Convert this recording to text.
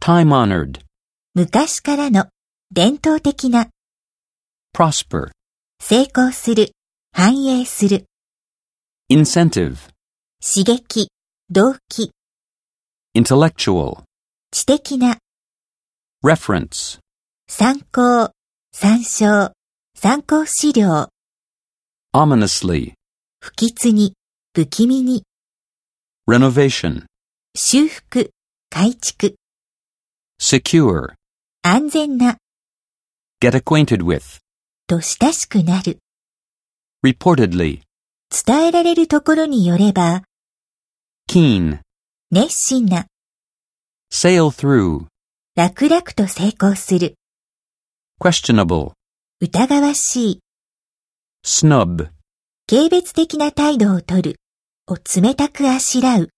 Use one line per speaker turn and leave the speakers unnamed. time honored,
昔からの伝統的な
prosper,
成功する、繁栄する、
incentive,
刺激、動機、
intellectual,
知的な、
reference,
参考、参照、参考資料、
ominously,
不吉に、不気味に、
renovation,
修復、改築、
secure,
安全な、
get acquainted with,
と親しくなる。
reportedly,
伝えられるところによれば、
keen,
熱心な、
sail through,
楽々と成功する、
questionable,
疑わしい、
snub.
軽蔑的な態度をとる、を冷たくあしらう。